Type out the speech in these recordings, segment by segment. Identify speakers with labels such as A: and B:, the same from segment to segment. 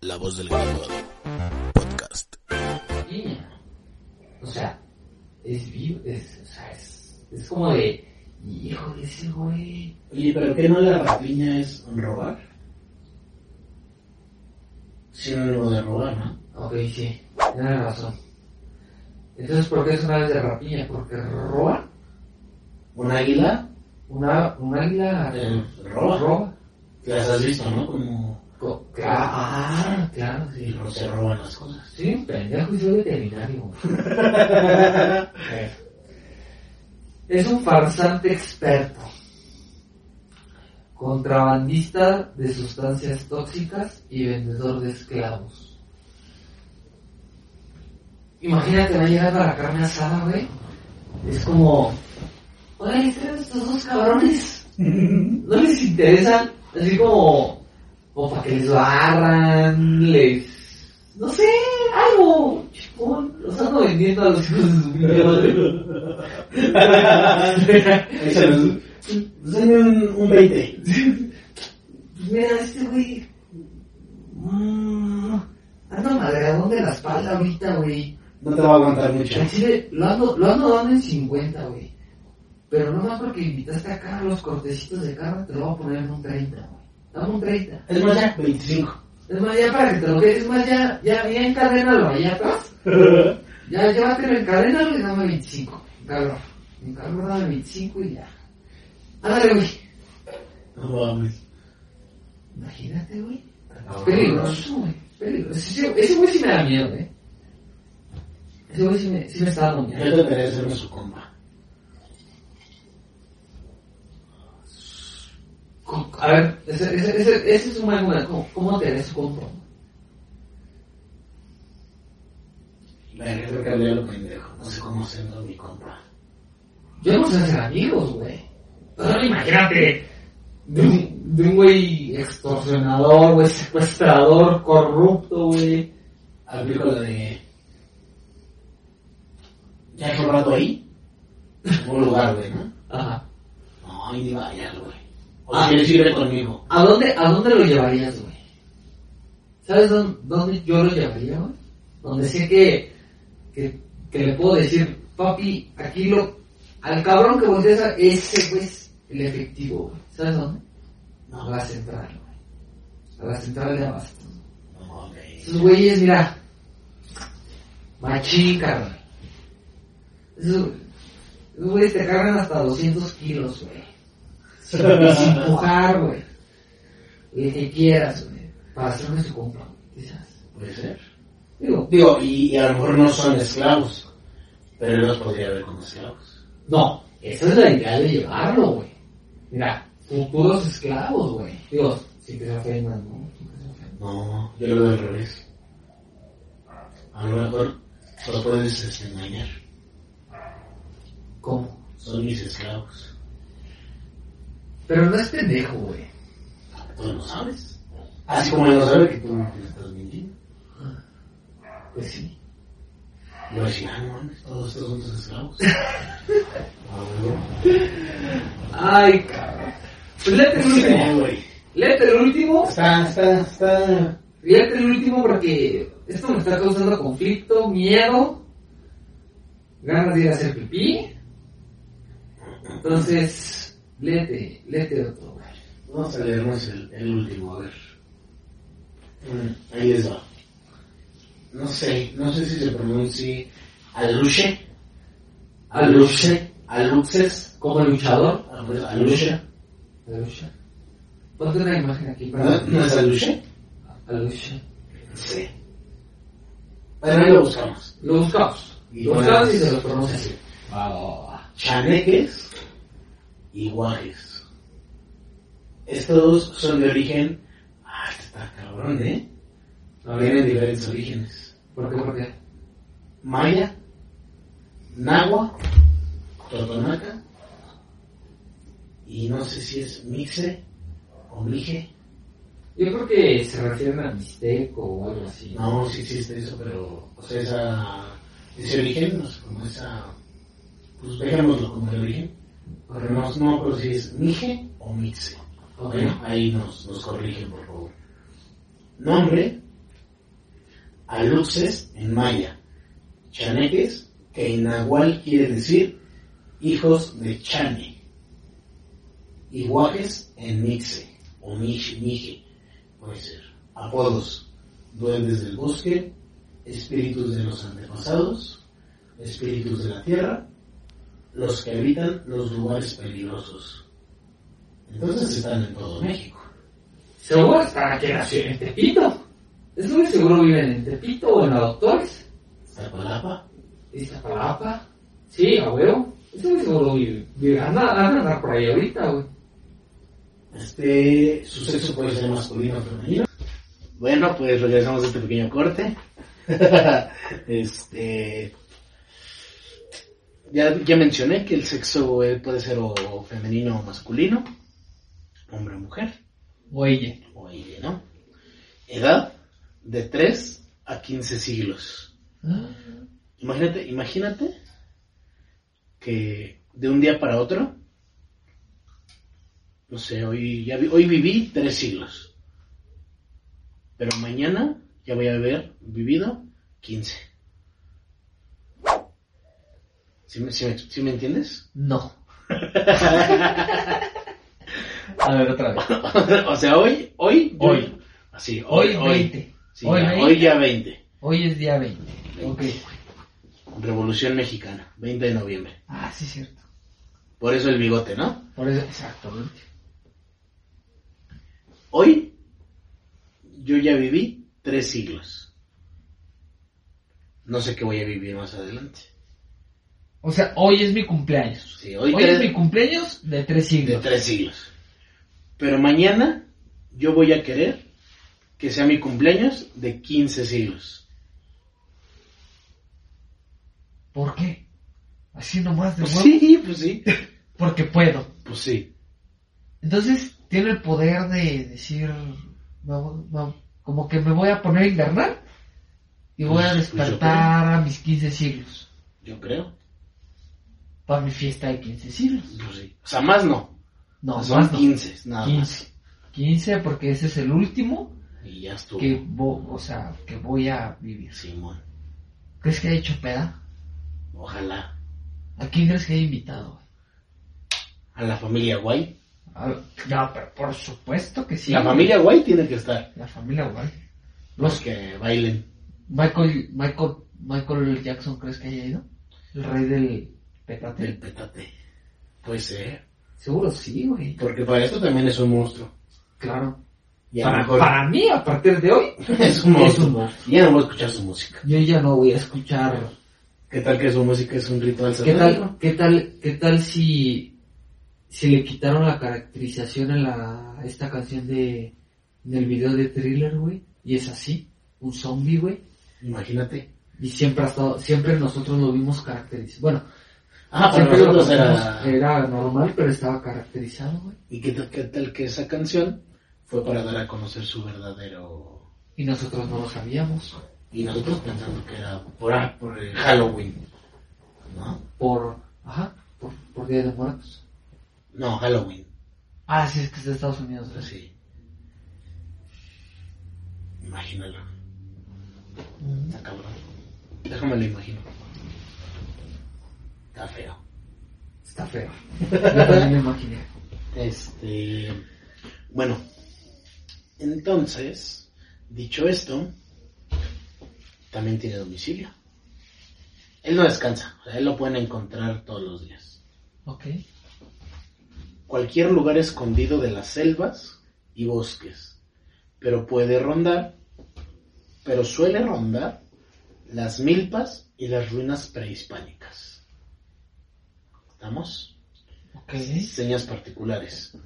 A: La voz del grabador. Podcast.
B: niña. O sea, es vivo, es, o sea, es, es como de, hijo de ese güey.
C: Oye, pero que no la rapiña es robar. Sinónimo de robar, ¿no?
B: Ok, sí, tienes razón. Entonces, ¿por qué es una ave de rapiña? Porque roba
C: Un águila,
B: una, un águila
C: eh,
B: roba.
C: roba. Las has visto, ¿no? Como
B: Co- Claro, ah, claro, sí.
C: no se roban las cosas.
B: Sí, un pendejo y soy veterinario. es un farsante experto. Contrabandista de sustancias tóxicas y vendedor de esclavos. Imagínate, va llegando a la carne asada, güey. Es como... Oye, ¿están estos dos cabrones? ¿No les interesan? Así como... O para que les barran, les... No sé, algo. Chupón, los ando vendiendo a los hijos de su pinche madre.
C: Échanos- Dame un, un 20.
B: Mira, este güey... mm, Anda madreadón de la espalda ahorita, güey.
C: No te va a aguantar mucho.
B: Al chile, lo ando, lo ando dando en 50, güey. Pero no más porque invitaste a Carlos cortecitos de carne, te lo voy a poner en un 30, güey. Dame un 30.
C: Es más, ya, 25.
B: Es más, ya para que te lo quedes, es más, ya, ya, ya encadénalo allá atrás. Ya, llévatelo, encadénalo y dame 25. Cabrón. Cabrón, dame 25 y ya. Ándale, güey.
C: No mames.
B: Imagínate, güey. Es
C: No,
B: peligroso, güey. Es peligroso. Ese, ese güey sí me da miedo, eh. Ese güey sí me, sí me está dando
C: Yo
B: miedo.
C: trataría de hacerme su compa.
B: Co- A ver, ese, ese, ese, ese es un buen lugar. ¿Cómo, cómo te des compro?
C: Verga, creo que hablé a lo pendejo. No sé cómo hacerlo mi compa.
B: Yo no sé hacer amigos, güey. Pero imagínate, de un, de un güey extorsionador, güey, secuestrador, corrupto, güey.
C: Aplico la de. Ya hay un rato ahí. En un lugar, güey, ¿no?
B: Ajá.
C: No, ahí ni vayas, güey. O si quieres irle conmigo.
B: ¿A dónde, ¿A dónde lo llevarías, güey? ¿Sabes dónde, dónde yo lo llevaría, güey? Donde sé que, que, que le puedo decir, papi, aquí lo... Al cabrón que volteas a... Ese, güey, es el efectivo, güey. ¿Sabes dónde? No, a la central, güey. A la central de Abasto.
C: No, ok.
B: Esos güeyes, mira. Machín, cabrón. Esos, esos güeyes te cargan hasta 200 kilos, güey. Sin, sin empujar, güey. El que quieras, güey. Para hacerme su compra, güey, quizás.
C: Puede ser.
B: Digo,
C: Digo, y, y a lo mejor no son esclavos. Pero yo los podría ver como esclavos.
B: no, esa es la idea de llevarlo, güey. Mira, futuros esclavos, güey. Digo, si que se ofendan, ¿no? Sin que se ofendan.
C: No, yo lo veo al revés. A lo mejor los puedes desengañar.
B: ¿Cómo?
C: Son mis esclavos.
B: Pero no es pendejo, güey.
C: Tú no sabes. Así como yo no sabe que tú me estás mintiendo.
B: Pues sí.
C: Yo decía, ah, no mames, todos estos son tus esclavos. Ah, güey.
B: Ay, cabrón. Pues léete el
C: Sí,
B: último.
C: güey.
B: Léete el último.
C: Está, está, está.
B: Fíjate el último porque esto me está causando conflicto, miedo, ganas de ir a hacer pipí. Entonces, léete, léete otro. güey.
C: Vamos a leernos el, el último, a ver. Mm, Ahí les va. No sé, no sé si se pronuncia Aluche, Aluche, Aluxes,
B: Como luchador.
C: Aluche.
B: Alusha. Ponte una imagen aquí
C: ¿No,
B: para
C: ¿No es Aluche?
B: Alusha.
C: Sí. Bueno, ahí lo buscamos.
B: Lo buscamos.
C: Y
B: Lo buscamos
C: bueno,
B: y se lo pronuncia así. Va, va, va.
C: Chaneques y guajes. Estos son de origen. Ah, este está cabrón, ¿eh?
B: A ver,
C: Tienen diferentes orígenes.
B: ¿por qué, por qué?
C: Maya, Nahua, Totonaca, y no sé si es Mixe o Mije.
B: Yo creo que se refieren a Mixteco o algo así.
C: No, sí existe eso, pero, o sea, esa, ese origen, no sé, como esa, pues dejémoslo como el origen, pero no, no, pero si es Mije o Mixe.
B: Ok.
C: Bueno, ahí nos, nos corrigen, por favor. Nombre, Aluxes en maya. Chaneques, que en nahual quiere decir hijos de Chane. Y guajes en mixe o mije, mije, puede ser. Apodos, duendes del bosque, espíritus de los antepasados, espíritus de la tierra, los que habitan los lugares peligrosos. Entonces están en todo México.
B: Seguro estará que nació en Tepito. Es muy seguro viven en Tepito o en la Doctores.
C: Zapalapa,
B: Iztapalapa. Sí, a huevo. Es muy seguro viven. viven. Anda, anda, anda por ahí ahorita, güey.
C: este, su sexo puede ser masculino o femenino. Bueno, pues regresamos a este pequeño corte. este, ya, ya mencioné que el sexo eh, puede ser o femenino o masculino, hombre o mujer.
B: Oye.
C: o aire, ¿no? Edad de 3 a 15 siglos. Imagínate, imagínate que de un día para otro, no sé, hoy, ya vi- hoy viví 3 siglos, pero mañana ya voy a haber vivido 15. ¿Sí me, sí me- sí me entiendes?
B: No. a ver, otra vez.
C: o sea, hoy, hoy, yo-
B: Hoy.
C: Así,
B: Hoy,
C: hoy, hoy.
B: 20.
C: Sí,
B: Hoy
C: ya,
B: 20.
C: hoy ya 20.
B: Hoy es día 20. Ok.
C: Revolución Mexicana, 20 de noviembre.
B: Ah, sí, cierto.
C: Por eso el bigote, ¿no?
B: Por eso, exactamente.
C: Hoy yo ya viví tres siglos. No sé qué voy a vivir más adelante.
B: O sea, hoy es mi cumpleaños.
C: Sí,
B: Hoy,
C: hoy, tres,
B: es mi cumpleaños de tres
C: de
B: siglos.
C: tres siglos. Pero mañana yo voy a querer que sea mi cumpleaños de 15 siglos.
B: ¿Por qué? Así nomás de
C: Pues
B: huevo.
C: sí, pues sí.
B: Porque puedo.
C: Pues sí.
B: Entonces, tiene el poder de decir, me voy- me- como que me voy a poner a invernar y voy a
C: Pues- pues yo
B: despertar a mis 15 siglos.
C: Yo creo.
B: Para mi fiesta de 15 siglos.
C: Pues sí. O sea, más no.
B: No,
C: Pues Son
B: más no.
C: 15, nada
B: 15. 15 porque ese es el último
C: más. Y ya estuvo.
B: que, vo- o sea, que voy a vivir.
C: Simón.
B: ¿Crees que ha hecho peda?
C: Ojalá.
B: ¿A quién crees que he invitado?
C: A la familia Guay.
B: A- No, pero por supuesto que sí.
C: La familia guay tiene que estar.
B: La familia guay.
C: Los que bailen.
B: Michael, Michael, Michael Jackson, ¿crees que haya ido? El rey del petate.
C: Del petate. Pues ser.
B: Seguro sí, güey.
C: Porque para esto también es un monstruo.
B: Claro.
C: Y a lo
B: para,
C: mejor
B: para mí, a partir de hoy,
C: es un
B: es
C: monstruo.
B: un monstruo.
C: Y ya no voy a escuchar su música.
B: Yo ya no voy a escuchar.
C: ¿Qué tal que su música es un ritual
B: ¿Qué
C: satánico?
B: tal, qué tal, qué tal si, si le quitaron la caracterización a la, a esta canción de, del video de Thriller, güey? Y es así, un zombie, güey.
C: Imagínate.
B: Y siempre ha estado, siempre nosotros lo vimos caracterizado. Bueno,
C: Ah, para
B: siempre lo
C: nosotros
B: conocimos,
C: era...
B: era normal, pero estaba caracterizado, güey.
C: ¿Y qué tal, qué tal que esa canción fue para dar a conocer su verdadero...
B: Y nosotros no lo sabíamos.
C: Y nosotros pensando que era por, ah, por el Halloween. ¿No?
B: Por, ajá, por, por Día de Muertos.
C: No, Halloween.
B: Ah, sí, es que es de Estados Unidos, ¿verdad?
C: Así. Imagínalo.
B: Mm.
C: Está cabrón. Déjame lo imagino. Está feo.
B: Está feo. Yo también me imaginé.
C: Este. Bueno. Entonces, dicho esto, también tiene domicilio. Él no descansa, o sea, él lo pueden encontrar todos los días.
B: Ok.
C: Cualquier lugar escondido de las selvas y bosques, pero puede rondar, pero suele rondar las milpas y las ruinas prehispánicas. ¿Estamos?
B: Ok.
C: señas particulares.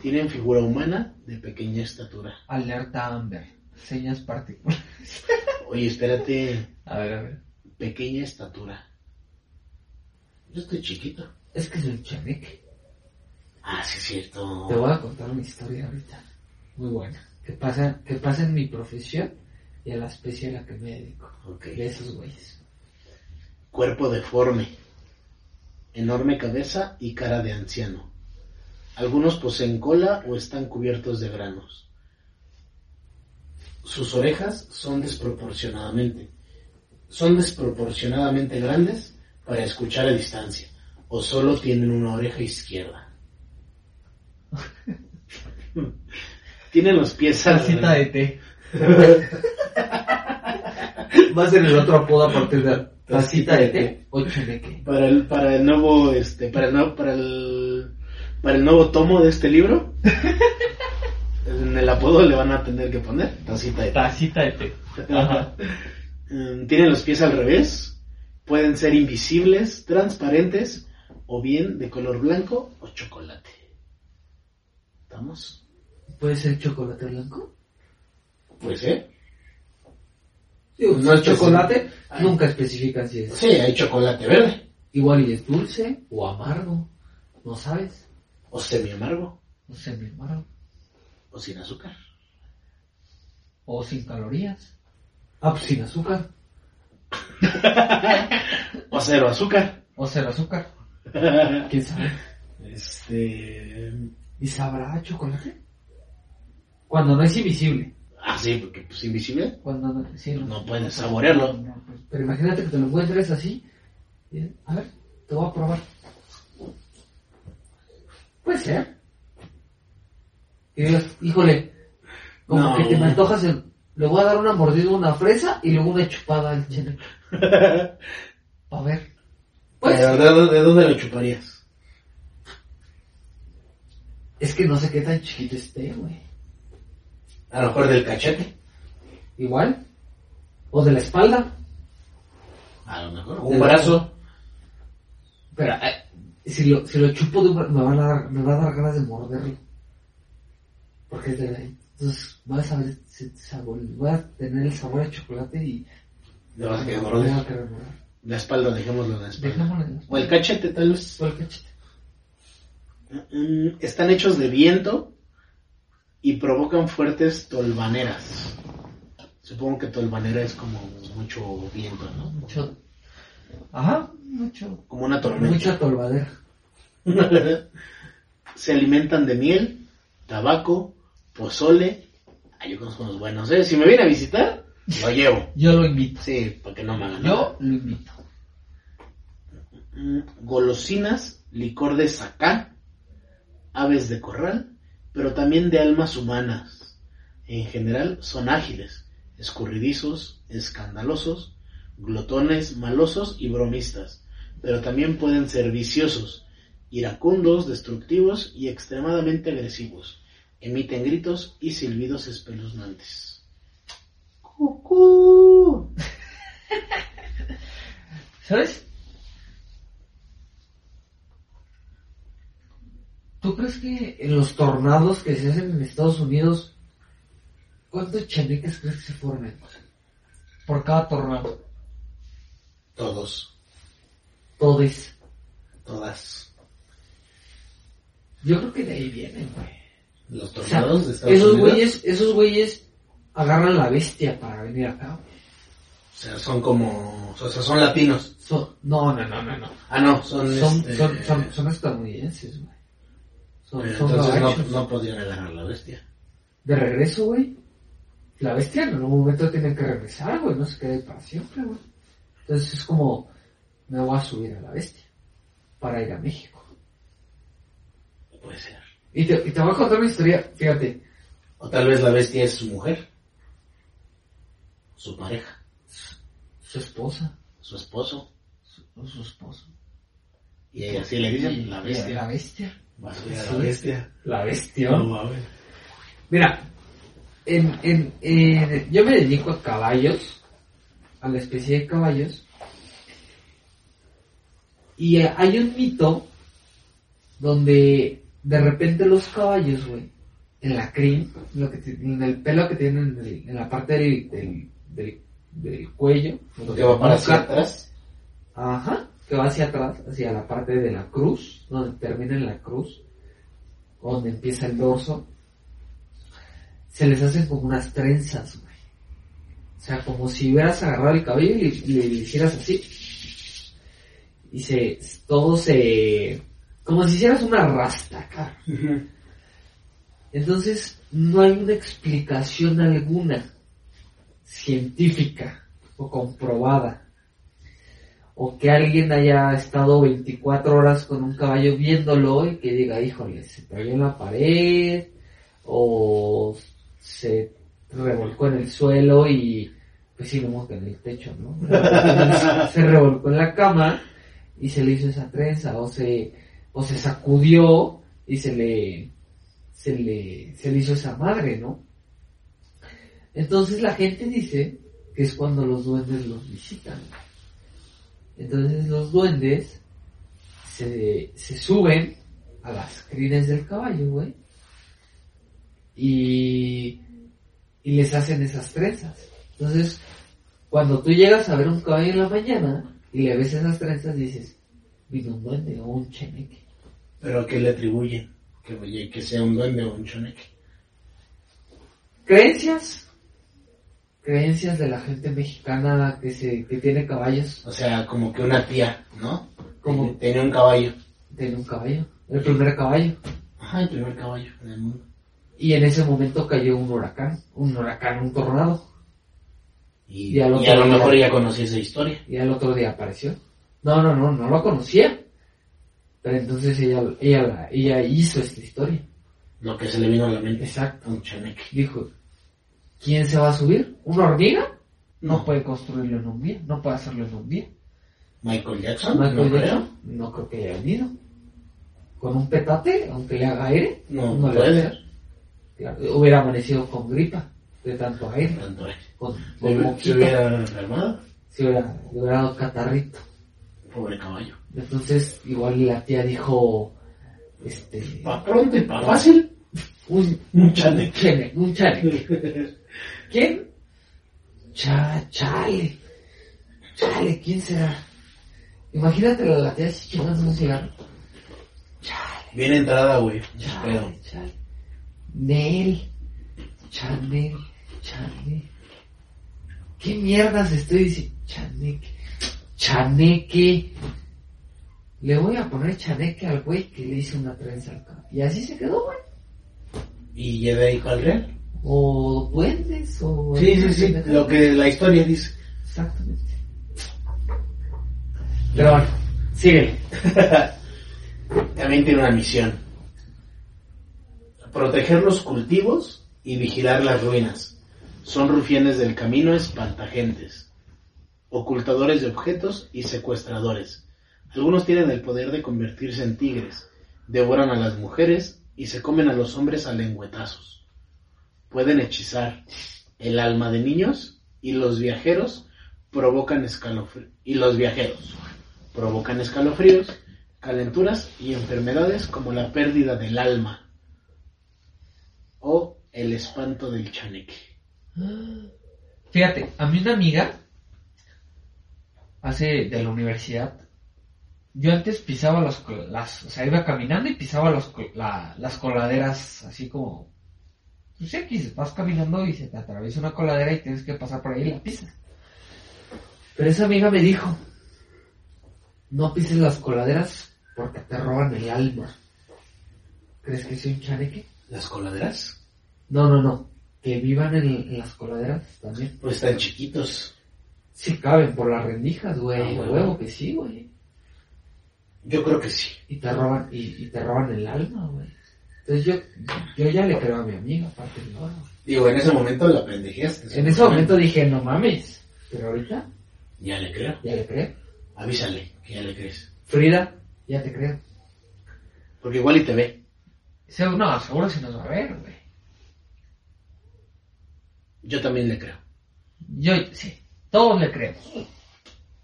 C: Tienen figura humana de pequeña estatura.
B: Alerta Amber. Señas particulares.
C: Oye, espérate,
B: A ver, a ver.
C: pequeña estatura. Yo estoy chiquito.
B: Es que soy chaneque.
C: Ah, sí, es
B: Te
C: cierto.
B: voy a contar una historia ahorita. Muy buena. Que pasa, que pasa en mi profesión y a la especie a la que me dedico.
C: Ok.
B: De esos güeyes.
C: Cuerpo deforme. Enorme cabeza y cara de anciano. Algunos poseen cola o están cubiertos de granos. sus orejas son desproporcionadamente, son desproporcionadamente grandes para escuchar a distancia, o solo tienen una oreja izquierda. tienen los pies al
B: Salsita de
C: revés.
B: té. Va a ser el otro apodo a partir de la tacita de té o qué
C: para el para el nuevo este para el nuevo para el para el nuevo tomo de este libro. en el apodo le van a tener que poner tacita de té.
D: Tacita de té. Ajá.
C: Mm, Tienen los pies al revés, pueden ser invisibles, transparentes o bien de color blanco o chocolate. ¿Estamos?
B: ¿Puede ser chocolate blanco?
C: Pues, ¿eh?
B: Digo,
C: No
B: no es
C: especifica.
B: chocolate,
C: Ay.
B: nunca especifican si es.
C: Sí, hay chocolate verde
B: Igual y es dulce o amargo. No sabes.
C: o semi amargo
B: No sé, mi hermano.
C: o sin azúcar.
B: O sin calorías. Ah, pues sin azúcar.
C: O cero azúcar.
B: O cero azúcar. ¿Quién sabe?
C: este...
B: ¿Y sabrá a chocolate? Cuando no es invisible.
C: Ah, sí, porque pues invisible
B: Cuando no, sí, no.
C: no pueden saborearlo.
B: No, pues, Pero imagínate que te lo encuentres así. y, A ver, te voy a probar. Puede ser. Y digas, híjole, como
C: No.
B: que te me antojas el- Le voy a dar una mordida a una fresa y luego una chupada al chile. A ver. Pues,
C: Pero, ¿de dónde- ¿De dónde lo chuparías?
B: es que no sé qué tan chiquito esté, güey.
C: A lo mejor del cachete.
B: Igual. O de la espalda.
C: A lo mejor.
B: Del-
C: Un brazo.
B: Pero eh, si, lo, si lo chupo de un bra- me, van a dar, me va a dar ganas de morderlo. Porque es de la- Entonces voy a saber ese sabor, voy a tener el sabor a chocolate y
C: Le vas a quedar
B: me
C: mordido.
B: va a querer morder.
C: La espalda, dejémoslo en la espalda.
B: Dejémoslo en la
C: O el cachete, tal vez.
B: espalda, el cachete.
C: Mm, Están hechos de viento y provocan fuertes tolvaneras. Supongo que tolvanera es como mucho viento, ¿no?
B: Mucho, ajá, mucho,
C: Como una tormenta.
B: mucha tolvadera.
C: Se alimentan de miel, tabaco, pozole. Ah, yo conozco unos buenos, ¿eh? Si me viene a visitar, lo llevo.
B: Yo lo invito.
C: Sí, para que no me hagan nada.
B: Yo lo invito.
C: Mm, golosinas, licor de sacá, aves de corral, pero también de almas humanas. En general son ágiles, escurridizos, escandalosos, glotones, malosos y bromistas, pero también pueden ser viciosos, iracundos, destructivos y extremadamente agresivos. Emiten gritos y silbidos espeluznantes. ¡Cucú!
B: ¿Sabes? ¿Tú crees que en los tornados que se hacen en Estados Unidos, cuántos chaneques crees que se formen? Por cada tornado.
C: Todos,
B: Todes.
C: todas,
B: Yo creo que de ahí vienen, güey.
C: los
B: O sea,
C: tornados de Estados
B: esos
C: Unidos.
B: güeyes, esos güeyes agarran la bestia para venir acá.
C: O sea, son como... O sea, son latinos.
B: Son, no, no, no, no, no.
C: Ah, no, son...
B: Son,
C: este,
B: son, son, son estadounidenses, güey. Son,
C: eh,
B: son
C: entonces no,
B: gabachos.
C: no podían agarrar la bestia.
B: de regreso, güey. La bestia en algún momento tiene que regresar, güey, no se queda ahí para siempre, güey. Entonces es como, me voy a subir a la bestia para ir a México.
C: Puede ser.
B: Y te, y te voy a contar una historia, fíjate,
C: O tal vez la bestia es su mujer. Su pareja.
B: su esposa,
C: Su esposo.
B: su, no, su esposo.
C: Y ella así le
B: Y-
C: dicen, la
B: y La
C: bestia.
B: bestia.
C: Va a subir a
B: Sí.
C: la bestia.
B: La bestia.
C: No, va a ver.
B: Mira, en, en, en- yo me dedico a caballos, a la especie de caballos, y eh, hay un mito donde de repente los caballos, güey, en la crin, lo que, ti- en el pelo que tienen en, el- en la parte del, del, del, del cuello,
C: Lo que va para hacia
B: acá,
C: atrás.
B: Ajá, que va hacia atrás, hacia la parte de la cruz, donde termina en la cruz, donde empieza el dorso. Se les hacen como unas trenzas, güey. O sea, como si hubieras agarrado el cabello y le- le hicieras así. Y se, todo se, como si hicieras una rasta, acá. Entonces, no hay una explicación alguna científica o comprobada o que alguien haya estado 24 horas con un caballo viéndolo y que diga, híjole, se cayó en la pared o se revolcó en el suelo y pues sí, como que en el techo, ¿no? se revolcó en la cama y se le hizo esa trenza o se o se sacudió y se le se le se le hizo esa madre, ¿no? Entonces la gente dice que es cuando los duendes los visitan. Entonces los duendes se, se suben a las crines del caballo, güey. Y, y les hacen esas trenzas. Entonces, cuando tú llegas a ver un caballo en la mañana y le ves esas trenzas, dices, vino un duende o un cheneque.
C: Pero ¿qué le atribuyen? Que, oye, que sea un duende o un choneque.
B: Creencias. Creencias de la gente mexicana que se, que tiene caballos,
C: O sea, como que una tía, ¿no?
B: Como-
C: tenía un caballo.
B: tiene un caballo, el primer caballo.
C: Ajá, el primer caballo en el mundo.
B: Y en ese momento cayó un huracán, un huracán, un tornado.
C: Y,
B: Y al otro
C: y a lo
B: día-
C: mejor ya conocía esa historia.
B: Y al otro día apareció. No, no, no, no lo conocía. Pero entonces ella, ella, la- ella hizo esta historia.
C: Lo que se le vino a la mente.
B: Exacto.
C: Un choneque.
B: Dijo, ¿quién se va a subir? ¿Una hormiga? No
C: No. pues,
B: puede construirlo en un día, no puede hacerlo en un día.
C: Michael Jackson,
B: Michael
C: no creo.
B: Jackson, no creo que haya venido. Con un petate, aunque le haga aire,
C: No,
B: No
C: no
B: lo
C: puede
B: creo.
C: ser.
B: claro, hubiera amanecido con gripa, de tanto aire,
C: Tanto es.
B: con,
C: Se
B: con
C: hubiera- se
B: moquito.
C: hubiera enfermado.
B: Se hubiera, le hubiera dado catarrito.
C: Pobre caballo.
B: Entonces, igual la tía dijo, este,
C: Pa' pronto y pa' fácil.
B: un
C: Un choneque.
B: chale, un chale. ¿Quién? Cha, chale. Chale, ¿quién será? Imagínate la la tía así chingando un cigarro. Chale,
C: Bien entrada, güey. Ya pedo.
B: chale, chale. Nel. Chanel, chale. ¿Qué mierdas estoy diciendo? Chaneque. Chaneque. Le voy a poner chaneque al güey que le hizo una trenza al cabrón. Y así se quedó, güey.
C: Y llevé ahí al real.
B: O duendes, o...
C: Sí, sí, sí. Lo que la historia dice.
B: Exactamente. Pero bueno, síguele.
C: También tiene una misión. Proteger los cultivos y vigilar las ruinas. Son rufianes del camino espantagentes, ocultadores de objetos y secuestradores. Algunos tienen el poder de convertirse en tigres, devoran a las mujeres y se comen a los hombres a lengüetazos. Pueden hechizar el alma de niños y los viajeros provocan escalofríos. Y los viajeros provocan escalofríos calenturas y enfermedades como la pérdida del alma o el espanto del chaneque.
B: Fíjate, a mí una amiga, hace de la universidad, yo antes pisaba los, col- las, o sea, iba caminando y pisaba los, col- la- las coladeras, así como, pues X, vas caminando y se te atraviesa una coladera y tienes que pasar por ahí y la pisas. Pero esa amiga me dijo, no pises las coladeras porque te roban el alma. ¿Crees que soy un chaneque?
C: ¿Las coladeras?
B: No, no, no. Que vivan en, en las coladeras también.
C: Pues están chiquitos.
B: Sí caben por las rendijas, güey.
C: Ah, bueno.
B: Huevo que sí, güey.
C: Yo creo que sí.
B: Y te roban, y, y te roban el alma, güey. Entonces yo, yo ya le creo a mi amiga, aparte no. güey.
C: Digo, en ese momento la pendejeaste.
B: En ese momento dije, no mames. Pero ahorita
C: Ya le creo.
B: ya le creo.
C: Avísale que ya le crees.
B: Frida, ya te creo.
C: Porque igual y te ve.
B: Seguro, no, seguro si nos va a ver, güey.
C: Yo también le creo.
B: Yo, sí, todos le creemos.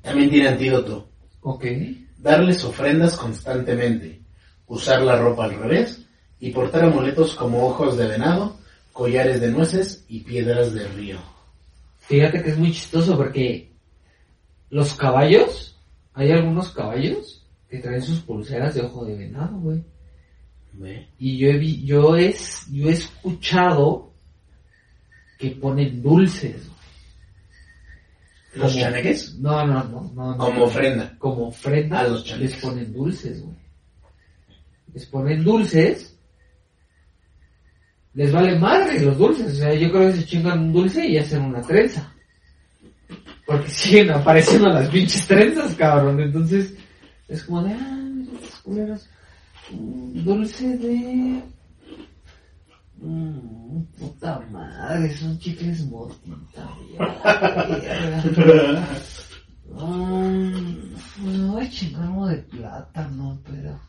C: También tiene antídoto.
B: Ok.
C: Darles ofrendas constantemente. Usar la ropa al revés. Y portar amuletos como ojos de venado, collares de nueces y piedras de río.
B: Fíjate que es muy chistoso porque los caballos, hay algunos caballos que traen sus pulseras de ojo de venado, güey.
C: ¿Ve?
B: Y yo he, vi- yo es, yo he escuchado que ponen dulces. güey.
C: ¿Los
B: Como-
C: chaneques?
B: No, no, no, no. no.
C: Como ofrenda.
B: Como ofrenda.
C: A los
B: les
C: chaneques.
B: ponen dulces, güey. Les ponen dulces. les vale madre los dulces. O sea, yo creo que se chingan un dulce y hacen una trenza. Porque siguen apareciendo las pinches trenzas, cabrón. Entonces, es como de, ah, estos culeros. mm, Dulce de... Mm, puta madre, son chicles motita. verga. Mm, pues me voy a chingar uno de plátano, pero...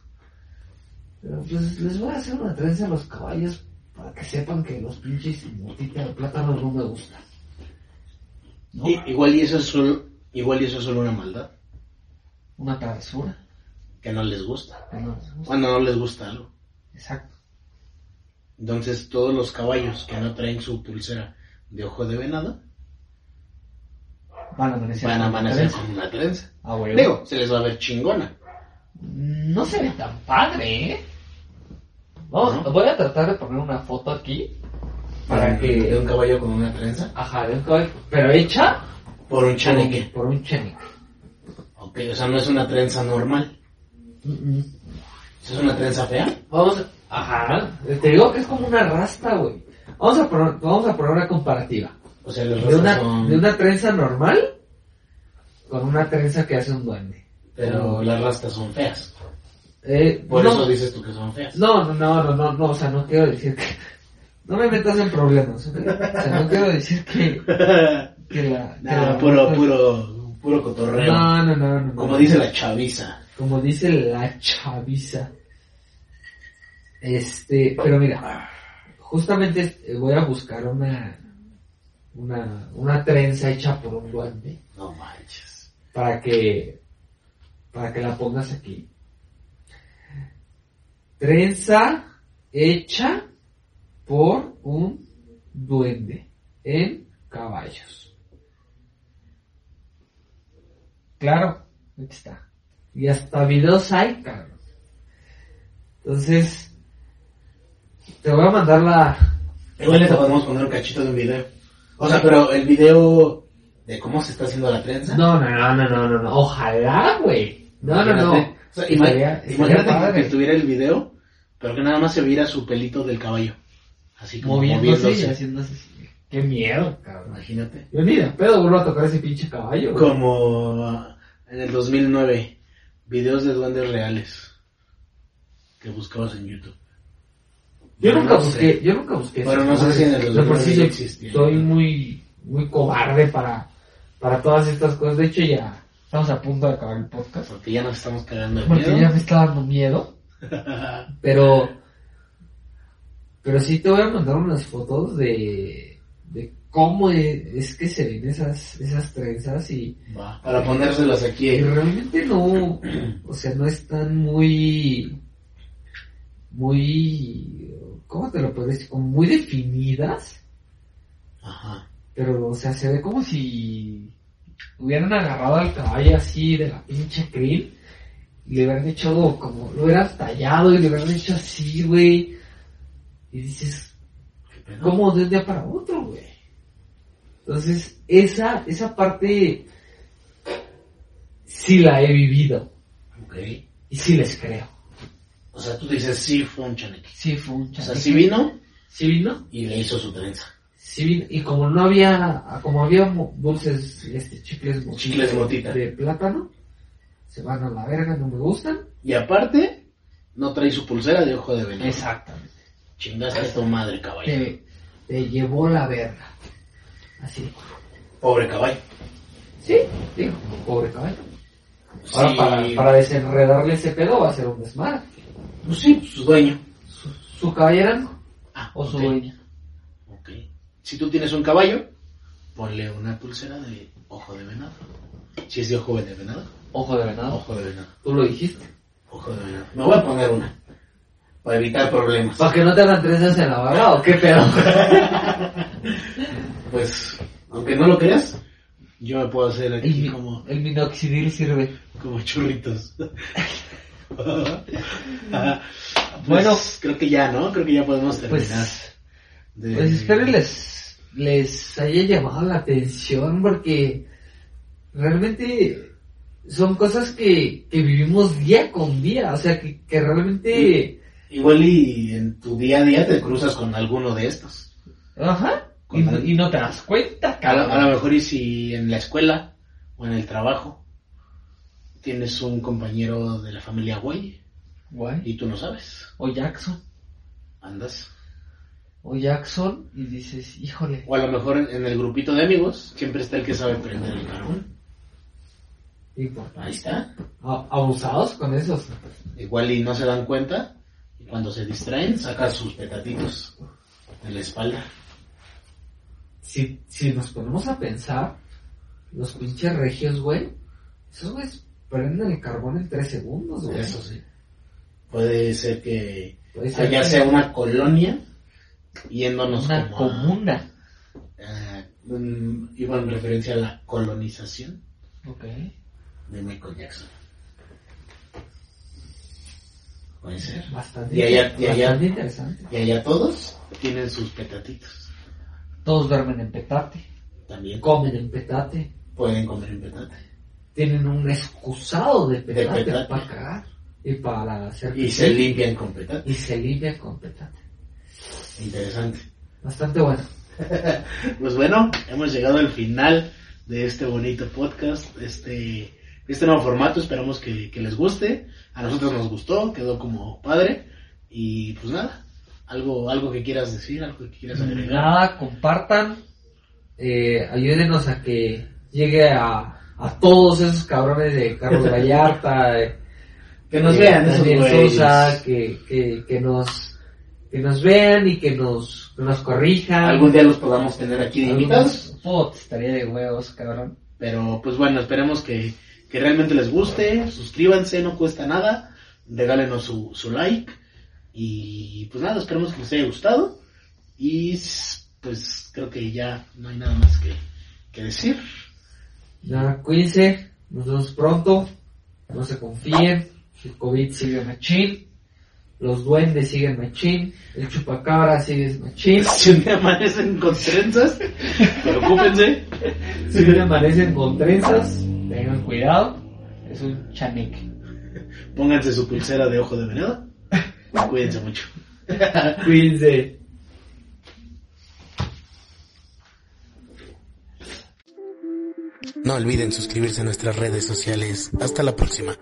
B: Pero pues les voy a hacer una trenza a los caballos para que sepan que los pinches motitas de plátano no me gustan. ¿No?
C: I- Igual y eso es solo, igual y eso es solo una maldad
B: Una travesura.
C: que no les gusta.
B: que no les gusta.
C: Cuando no les gusta algo.
B: Exacto.
C: Entonces todos los caballos que no traen su pulsera de ojo de venado
B: Van a amanecer.
C: van a
B: con
C: amanecer
B: trenza.
C: con una trenza.
B: Ah, huevo.
C: Digo, se les va a ver chingona.
B: No se ve tan padre, ¿eh? Vamos,
C: No.
B: voy a tratar de poner una foto aquí. Para
C: de un
B: que...
C: caballo con una trenza
B: Ajá, de un caballo. Pero hecha
C: por un chaneque.
B: por un chenique.
C: Ok, o sea, no es una trenza normal.
B: Mm, mm.
C: ¿Es una trenza fea?
B: Vamos, ajá, te digo que es como una rasta, güey. Vamos a poner, vamos a poner una comparativa.
C: O sea, los
B: De
C: rostros
B: una,
C: son...
B: de una trenza normal con una trenza que hace un duende.
C: Pero las rastas son feas.
B: Eh,
C: Por
B: no,
C: eso dices tú que son feas.
B: no, no, no, no, no, no, o sea, no quiero decir que... No me metas en problemas, ¿ok? O sea, no quiero decir que... que la, que
C: Nada,
B: la-
C: puro, puro, puro cotorreo.
B: No, no, no, no. no.
C: Como dice la chaviza.
B: Como dice la chaviza. Este, pero mira, justamente eh, voy a buscar una, una, una trenza hecha por un duende
C: No manches.
B: para que, para que la pongas aquí. Trenza hecha por un duende en caballos. Claro, aquí está. Y hasta videos hay, cabrón. Entonces, te voy a mandar la...
C: Igual le podemos poner un cachito de un video. O sea, pero el video de cómo se está haciendo la trenza.
B: No, no, no, no, no, no, no. Ojalá, güey. No, no, no.
C: Imagínate. O sea, ima-
B: Estaría- estaría
C: imagínate que-
B: padre.
C: que tuviera el video, pero que nada más se viera su pelito del caballo. Así como
B: moviéndose y
C: moviéndose.
B: haciendo así. Qué miedo, cabrón.
C: Imagínate.
B: Yo ni de pedo vuelvo a tocar ese pinche caballo. güey.
C: Como ah, en el 2009, videos de duendes reales que buscabas en YouTube.
B: Yo
C: No
B: nunca
C: sé.
B: busqué, yo nunca busqué.
C: Bueno,
B: ese
C: no sé
B: caballo.
C: si en el
B: De por sí
C: 2009
B: soy-
C: existía.
B: Soy muy, muy cobarde para, para todas estas cosas. De hecho, ya estamos a punto de acabar el podcast.
C: Porque ya nos estamos cagando de
B: Porque
C: miedo.
B: ya me está dando miedo. Pero, pero sí te voy a mandar unas fotos de, de cómo e- es que se ven esas, esas trenzas y,
C: Va, Para ponérselas aquí.
B: Y
C: eh.
B: realmente no, o sea, no están muy, muy, ¿cómo te lo puedo decir? Como muy definidas,
C: Ajá.
B: pero, o sea, se ve como si hubieran agarrado al caballo así de la pinche krill y le hubieran hecho como, lo hubieran tallado y le hubieran hecho así, güey. Y dices,
C: ¿Qué pedo?
B: como de un día para otro, güey. Entonces, esa, esa parte sí la he vivido
C: Ok.
B: y sí les creo.
C: O sea, tú dices, sí fue un chaneque.
B: Sí, fue un
C: O
B: chasquido.
C: sea, sí vino
B: Sí vino,
C: y le hizo su trenza.
B: sí vino. Y como no había, como había mo- dulces, este, chicles motita,
C: Chicles motita.
B: de plátano, se van a la verga, no me gustan.
C: Y aparte, no trae su pulsera de ojo de veneno.
B: Exactamente.
C: Chingaste a tu madre, caballo.
B: Te, te llevó la verga. Así.
C: Pobre caballo.
B: Sí, digo, pobre caballo. Ahora,
C: Sí,
B: para, para desenredarle ese pedo va a ser un desmadre.
C: Pues sí, su dueño.
B: Su, su caballerango
C: Ah,
B: o su
C: ok.
B: dueña.
C: Ok. Si tú tienes un caballo, ponle una pulsera de ojo de venado. Si es de ojo de venado.
B: Ojo de venado.
C: Ojo de venado.
B: Tú lo dijiste.
C: Ojo de venado. Me voy a poner una. Para evitar problemas.
B: ¿Para que no te hagan trenzas en la barra o qué pedo?
C: Pues, aunque no lo creas, yo me puedo hacer
B: el,
C: aquí
B: mi-
C: como,
B: el minoxidil sirve.
C: como churritos. bueno,
B: Bueno.
C: pues, creo que ya, ¿no? Creo que ya podemos terminar.
B: Pues,
C: de-
B: pues espero les, les haya llamado la atención porque realmente son cosas que, que vivimos día con día. O sea, que, que realmente
C: Igual y en tu día a día te cruzas con alguno de estos.
E: Ajá. Y, no- y no te das cuenta,
C: A lo, a
E: cabrón.
C: lo mejor y si en la escuela o en el trabajo tienes un compañero de la familia güey
E: Guay.
C: y tú no sabes.
E: O Jackson.
C: Andas.
E: O Jackson y dices, híjole.
C: O a lo mejor en, en el grupito de amigos siempre está el que sabe prender el carbón.
B: Y por-
C: Ahí está.
B: a- abusados con esos.
C: Igual y no se dan cuenta y cuando se distraen sacan sus petatitos de la espalda.
B: Si, si nos ponemos a pensar, los pinches regios, güey, esos güeyes prenden el carbón en tres segundos, güey.
C: Eso sí. Puede ser que
B: Puede ser
C: allá
B: que-
C: sea una colonia yéndonos
E: Una
C: como a-
E: comuna.
C: a- un- iba en referencia a la colonización
E: Ok.
C: de Michael Jackson. Puede ser.
B: Bastante,
C: Y allá- y allá-
B: bastante interesante.
C: Y allá todos tienen sus petatitos.
E: Todos duermen en petate.
C: También co-
B: Comen en petate.
C: pueden comer en petate.
B: Tienen un excusado de petate,
C: petate.
B: para cagar y para hacer
C: Y se limpian con petate.
B: y se limpian con petate.
C: Interesante.
B: Bastante bueno.
C: Pues bueno, hemos llegado al final de este bonito podcast, este, este nuevo formato, esperamos que, que les guste, a nosotros nos gustó, quedó como padre, y pues nada, algo, algo que quieras decir, algo que quieras agregar.
E: Nada, compartan.
B: eh, ayúdenos a que llegue a, a todos esos cabrones de Carlos Vallarta, eh,
C: Que nos
B: eh,
C: vean esos
B: Daniel
C: güeyes.
B: Sosa, que, que, que nos que nos vean y que nos, que nos corrijan.
C: Algún día los podamos tener aquí de invitados,
E: Puta, estaría de huevos, cabrón.
C: pero pues bueno, esperemos que, que realmente les guste, suscríbanse, no cuesta nada, regálenos su, su like, y pues nada, esperemos que les haya gustado, y s- pues creo que ya no hay nada más que, que decir.
B: Nada, cuídense, nos vemos pronto, no se confíen, el COVID sigue machín, los duendes siguen machín, el chupacabra sigue machín,
C: Si un día amanecen con trenzas, preocúpense.
B: si me amanecen con trenzas,
E: Tengan cuidado. Es un chaneque.
C: Pónganse su pulsera de ojo de venado. Cuídense mucho.
B: cuídense.
A: No olviden suscribirse a nuestras redes sociales. Hasta la próxima.